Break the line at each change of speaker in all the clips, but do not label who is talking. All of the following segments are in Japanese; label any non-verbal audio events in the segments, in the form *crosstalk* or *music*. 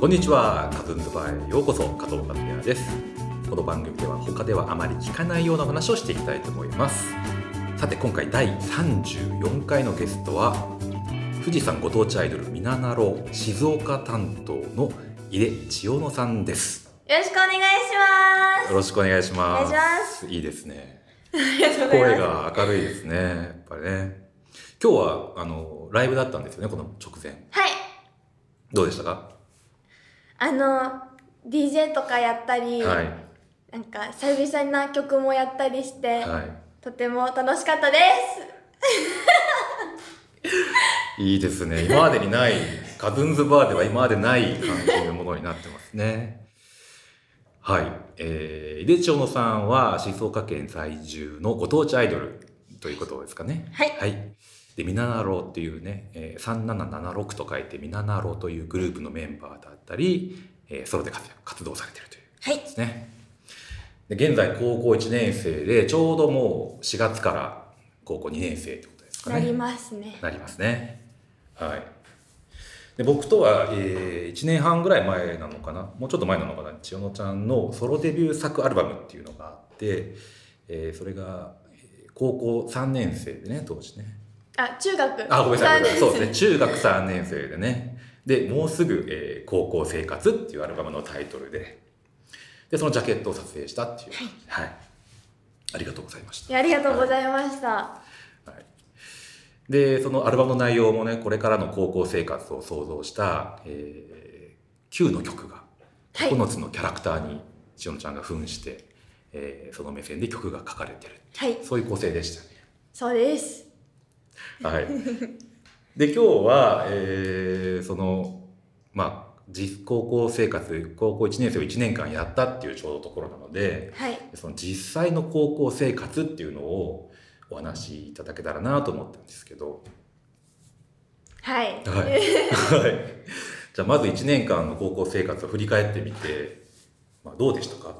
こんにちはカズンズバーへようこそ加藤和也ですこの番組では他ではあまり聞かないような話をしていきたいと思いますさて今回第34回のゲストは富士山ご当地アイドルみななろ静岡担当の井出千代野さんです
よろしくお願いしま
よろしくお願いします
お願いし
いいですね
す。ありがとうございます。
声が明るいですねやっぱりね今日はあのライブだったんですよねこの直前
はい。
どうでしたか
あの、DJ とかやったり、
はい
なんか久々な曲もやったりして、
はい
とても楽しかったで
いいですね。今までにない、カズンズバーでは今までない感じのものになってますね。はい。えー、井出千代野さんは静岡県在住のご当地アイドルということですかね。
はい
はい。で、みななろうっていうね、えー、3776と書いてみななろうというグループのメンバーだったり、えーソロで活躍活動されてるという
す。はい。
ですね。で現在高校1年生で、ちょうどもう4月から高校2年生ってことですかね。
なりますね。
なりますね。はい。で僕とは、えー1年半ぐらい前なのかなもうちょっと前なのかな千代野ちゃんのソロデビュー作アルバムっていうのがあって、えーそれがえー高校3年生でね当時ね
あ、中学。
あごめんなさい
三年生
そうですね中学3年生でねでもうすぐ、えー高校生活」っていうアルバムのタイトルででそのジャケットを撮影したっていう、はいありがとうございました
いやありがとうございました。
はい、でそのアルバムの内容もねこれからの高校生活を想像した、えー、9の曲が
はい
9つのキャラクターにしおんちゃんが扮して、えーその目線で曲が書かれてる
はい。
そういう構成でしたね。
そうです。 *laughs*
はい、で今日は、えーそのまあ実高校生活高校1年生を1年間やったっていうちょうどところなので、
はい。
その実際の高校生活っていうのをお話しいただけたらなと思ったんですけど、
はい。 *laughs*
はいはい、じゃあまず1年間の高校生活を振り返ってみて、まあ、どうでしたか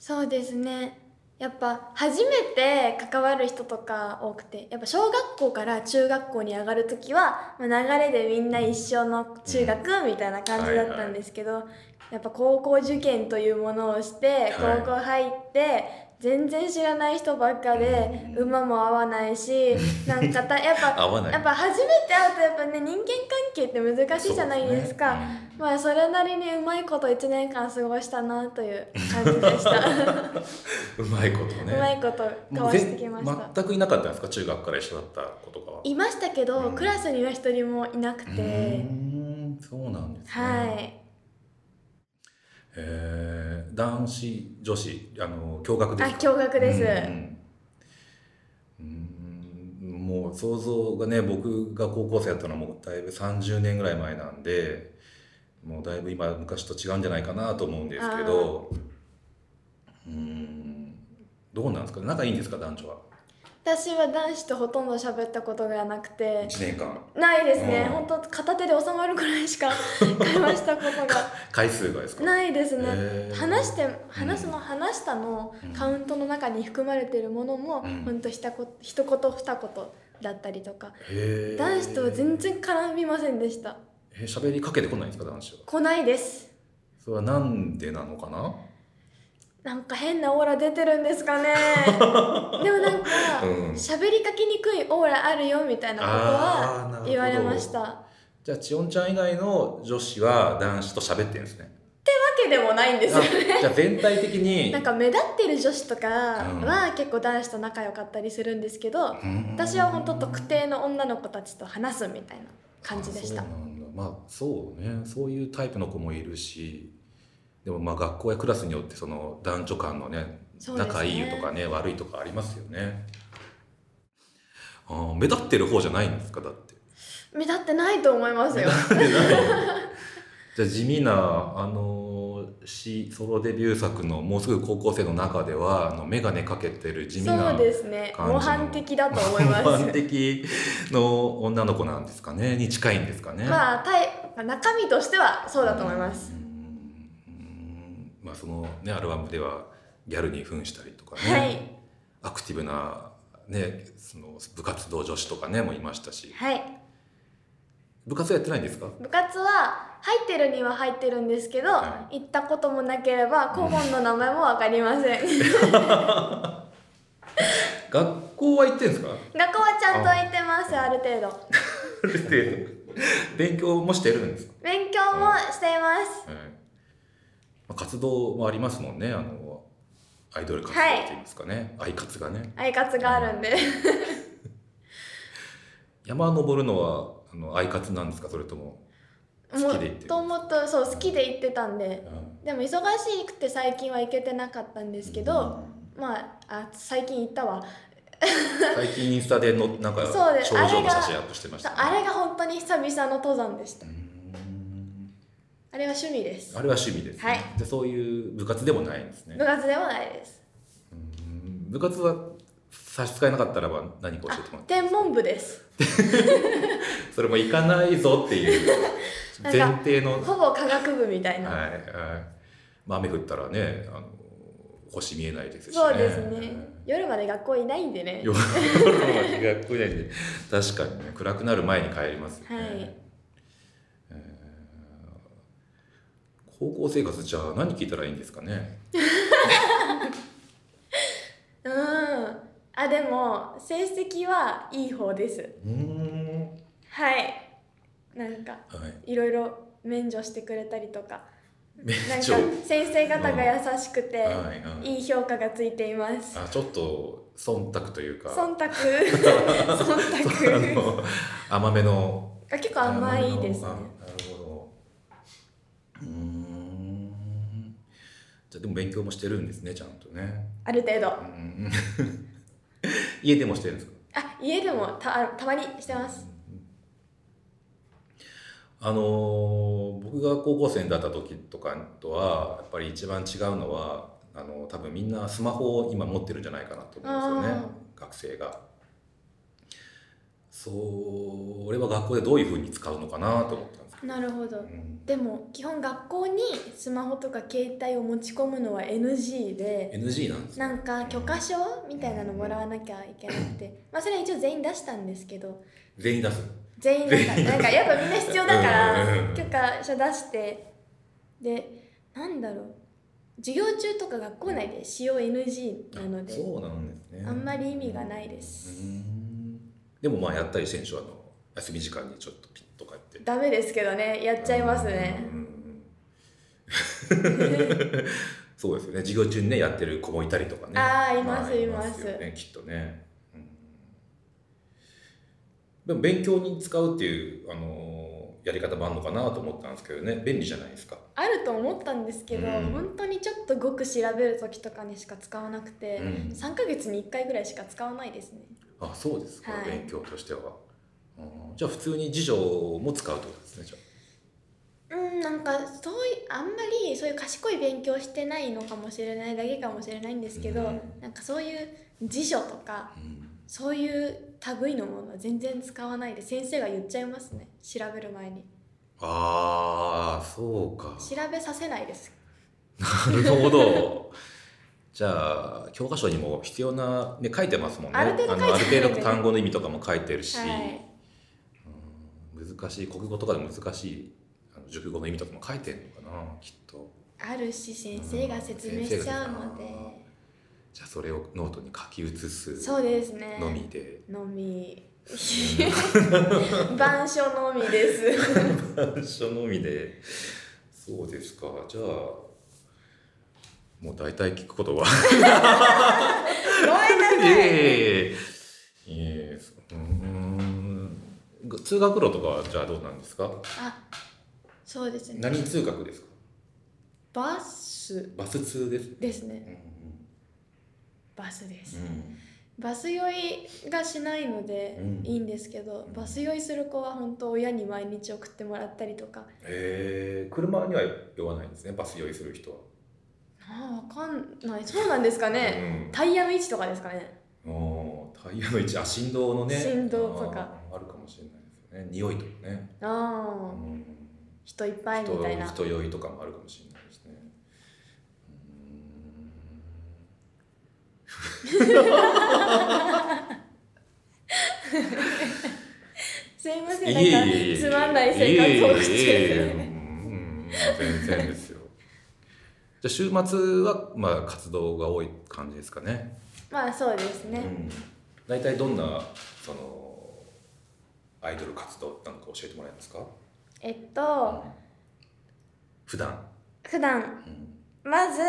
そうですね。やっぱ初めて関わる人とか多くてやっぱ小学校から中学校に上がる時はまあ流れでみんな一緒の中学みたいな感じだったんですけど、やっぱ高校受験というものをして
はい
高校入って全然知らない人ばっかで
うん
馬も合わな
*laughs*
いしなんかたやっぱ
合わない
やっぱ初めて会うとやっぱね人間関係って難しいじゃないですか。まあそれなりにうまいこと1年間過ごしたなという感じでした、
*laughs* そうですねうまいことね
うまいこと交わしてきまし
もう
た
全全くいなかったんですか中学から一緒だった子とかはい
ましたけど、
うん
クラスには一人もいなく
う
て
ーんそうなんですね、
はい
えー男子女子あの共学です
あ
か
驚愕です、
うんうんうんもう想像がね僕が高校生だったのはもうだいぶ30年ぐらい前なんでもうだいぶ今昔と違うんじゃないかなと思うんですけどうんどうなんですか仲いいんですか男女は
私は男子とほとんど喋ったことがなく
1
て
年間
ないですね、
うん
本当片手で収まるくらいしか会話し
*laughs*
たこと
回数がですか
がないですね、
へー
話して話すの話したの
うん
カウントの中に含まれているものも、
うん
ほんとしたこ一言二言だったりとか
へー
男子とは全然絡みませんでした
え喋りかけてこないんですか男子は
来ないです
それはなんでなのかな
なんか変なオーラ出てるんです
*laughs*
かねでもなんか
うん
喋、りかけにくいオーラあるよみたいなこと
あーなるほ
は
ど
言われましたわ
じゃあ千音ちゃん以外の女子は男子と喋ってるんですね
けでもないんですよ
あじゃあ全体的に
なんか目立ってる女子とか
うん
は結構男子と仲良かったりするんですけど、私は本当特定の女の子たちと話すみたいな感じでした
あそうなんだまあそうねそういうタイプの子もいるしでもまあ学校やクラスによってその男女間のね
そうですね
仲いいとかね悪いとかありますよねあー目立ってる方じゃないんですかだって *laughs*
目立ってないと思いますよ
じゃあ地味なあのー詩ソロデビュー作のもうすぐ高校生の中ではあの眼鏡かけてる地味な
そうですね
感じの
模範的だと思いま
模
す
範的の女の子なんですかねに近いんですかね
まあタイまあ中身としてはそうだと思います
う。ん。うんまあそのねアルバムではギャルに扮したりとかね、
はい
アクティブなねその部活動女子とかねもいましたし、
はい。
部活やってないんですか
部活は入ってるには入ってるんですけど、
は
行ったこともなければ顧問の名前もわか
*laughs*
りません学
学校は行ってん
*laughs*
ですか
校はちゃんと行ってますある程度
ある程度勉強もしてるんですか、
勉強もしています
はいまあ、活動もありますもんねあのアイドル活動っていうんですかね、アイ活がね
アイカツがあるんで
山登るのはあのアイ活なんですかそれとも好き
も
で行って
う
る
ともっとそう好きで行ってたんで
うん
でも忙しくて最近は行けてなかったんですけど、まああ最近行ったわ
最近インスタでのなんか
そうです
症状
あれ
の
が
写真アップしてました、ね、
あれが本当に久々の登山でした
うーん
あれは趣味です
あれは趣味です、ね
はい
でそういう部活でもないんですね
部活でもないです
うーん部活は差し支えなかったらば何か教えてもらって
天文部です
それも行かないぞっていう
*laughs* なん
前
か
提の
ほぼ科学部みたいな、
はいはいまあ、雨降ったらねあの星見えないですしね
そうですね夜まで学校いないんでね
*laughs* 夜は日が暮れて確かにね暗くなる前に帰りますよね、
はい
えー高校生活じゃあ何聞いたらいいんですかね
うんあでも成績はいい方です
うーん、は
はいなんか
い、
いろいろ免除してくれたりとか
免
なんか
除
先生方が優しくて、
はいはい
いい評価がついています
あちょっと忖度というか
忖度
*laughs* そう
忖
あ
度 *laughs*
の甘めの
あ結構甘いですね
あなるほどうーんじゃあでも勉強もしてるんですねちゃんとね
ある程度
うん *laughs* 家でもしてるんですか
あ家でもたたまにしてます
あのー僕が高校生だった時とかとはやっぱり一番違うのはあの多分みんなスマホを今持ってるんじゃないかなと思うんですよね学生が。そう俺は学校でどういうふうに使うのかなと思ったんですけ
なるほ
ど、
ど
うん
でも基本学校にスマホとか携帯を持ち込むのは NG で
NG なんですよ
なんか許可証みたいなのもらわなきゃいけなくてまあそれは一応全員出したんですけど
全員出す
全員だか
*laughs*
らなんかやっぱみんな必要だか
うんうんう
ら
ん
許可書出してでなんだろう授業中とか学校内で使用 NG なので
そうなんですね
あんまり意味がないです
うんでもまあやったり選手はあの休み時間にちょっとピッとかやって
ダメですけどねやっちゃいますね
*laughs* うんそうですよね授業中にねやってる子もいたりとかね
あーいます
あ
います
よねきっとね、うんでも勉強に使うっていう、あのーやり方もあるのかなと思ったんですけどね便利じゃないですか
あると思ったんですけど
うん
本当にちょっとごく調べる時とかにしか使わなくて
うん
3ヶ月に1回ぐらいしか使わないですね
あそうですか、
はい
勉強としては、うんじゃあ普通に辞書も使うってことですねじゃ
うんなんかそういうあんまりそういう賢い勉強してないのかもしれないだけかもしれないんですけど、
うん
なんかそういう辞書とか
あ、うん
そういう類のものは全然使わないで先生が言っちゃいますね調べる前に
あーそうか
調べさせないです
なるほ
*laughs*
ど。じゃあ教科書にも必要な、ね、書いてますもんね
ある程度書いて
の
あ
あ
る
る程度単語の意味とかも書いてるし、
はい
うん難しい国語とかでも難しいあの熟語の意味とかも書いてるのかなきっと
あるし先生が説明しちゃうので
うん先生がじゃあそれをノートに書き写す
そうですね
のみ
*laughs*
で
のみ
*laughs*
板書のみ *laughs* です
板書のみでそうですかじゃあもう大体聞くこと
*laughs*
は
ごめんない
えい
さい
えいえいえそううーん通学路とかはじゃあどうなんですか
あそうですね
何通学ですか
バス
バス通です、
ですね
うん
バスです、
う
バス酔いがしないので
うん
いいんですけど、
うん
バス酔いする子は本当親に毎日送ってもらったりとか
えー、車には酔わないんですねバス酔いする人は
ああわかんないそうなんですかね、タイヤの位置とかですかね
うん、おータイヤの位置あ振動のね
振動とか
あーあるかもしれないですね匂いとかね、
ああ
ん、
人いっぱいみ
人
たいな
人酔いとかもあるかもしれないですねうーん
すいま
い
せ
え
ん
い
なんか
えいえ
つまんない生活を送っ
いえいえいえ
て
うん全然ですよ *laughs* じゃあ週末はまあ活動が多い感じですかね
まあそうです
う
ね、
ん大体どんなそのアイドル活動なんか教えてもらえますか
えっと
普段、
普段
うん
まず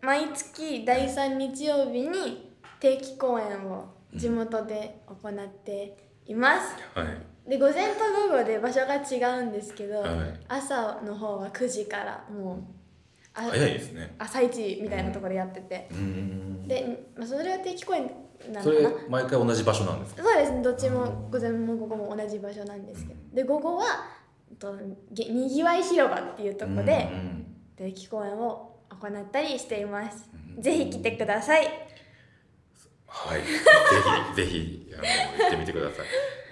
毎月第3日曜日に定期公演を地元で行っています、
はい
で午前と午後で場所が違うんですけど、
はい
朝の方は9時からもうあ
早いですね
朝一みたいなところでやってて、
うん
で、まあ、それは定期公演なの
そ
か
れ
な
毎回同じ場所なんですか
そうですねどっちも午前も午後も同じ場所なんですけどで午後はえっとげにぎわい広場っていうとこ
う
で
ん
定期公演を行ったりしています
うん
ぜひ来てください
はい *laughs* ぜひぜひあの行ってみてください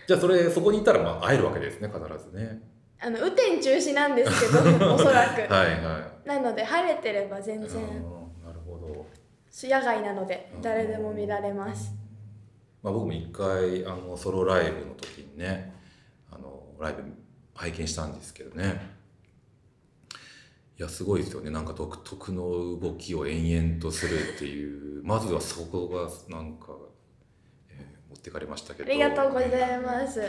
じゃあそれそこにいたらまあ会えるわけですね必ずね
あの雨天中止なんですけ
*laughs*
どおそらく
はいはい
なので晴れてれば全然
うんなるほど
野外なので誰でも見られます
まあ、僕も一回あのソロライブの時にねあのライブ拝見したんですけどねいやすごいですよねなんか独特の動きを延々とするっていう *laughs* まずはそこがなんか、えー持ってかれましたけ
あ
ど
りがとうございます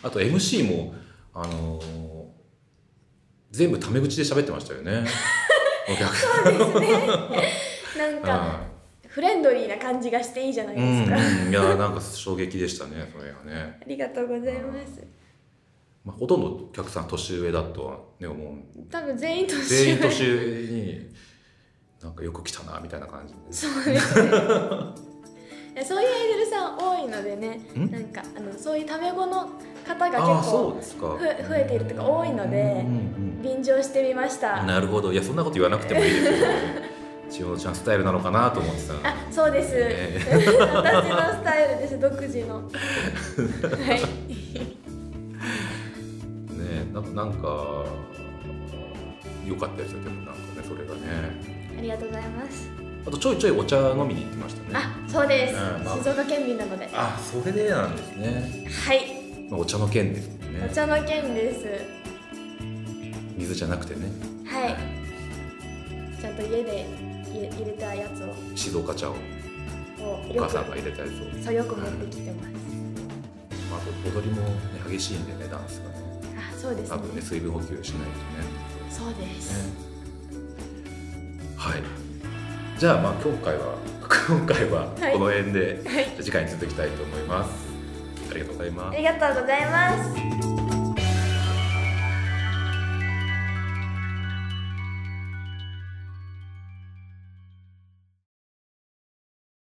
あと MC もあのー全部タメ口で喋ってましたよ
*laughs*
ねお客さん
な
は
んか
い
フレンドリーな感じがしていいじゃないで
う
すか、あ
んうん、いやなんか衝撃でしたねそれがね
りがとうございます
まあ、ほとんどお客さん年上だとはね思うんで
多分全員年上
全員年上になんかよく来たなみたいな感じで
そうですね
*laughs*
いやそういうアイドルさん多いのでね
ん
なんかあのそういうタメ語の方が
ああ
結
そ
構
うですか
ふ増えているとか多いので
うんうん
便乗してみました
うん
あ
なるほどいやそんなこと言わなくてもいいですよね千代ちゃんスタイルなのかなと思ってた
そうです、
ね
私のスタイルです独自
*laughs*
のはい
ねなんかなんか良かったですよでもなんかねそれがね
ありがとうございます
あとちょいちょいお茶飲みに行ってましたね
あそうです、
うんまあ
静岡県民なのでは
あそれでなんですね、
い
まあ、お茶の件ですもんね
お茶の県です
水じゃなくてね
はいちゃんと家で入れ入れたやつを
静岡茶を
を
お
よ
母
く
さんが入れたやつを
そうよく持ってきてます
まあ、あと踊りも、ね、激しいんでねダンスがね
あそうです
多
ね
分ね水分補給しない
そうです、
とねねはいじゃあまあ今回は *laughs* 今回は
はい
この辺で、
はい
じゃあ次回に続きたいと思いますありがとうございます
ありがとうございます。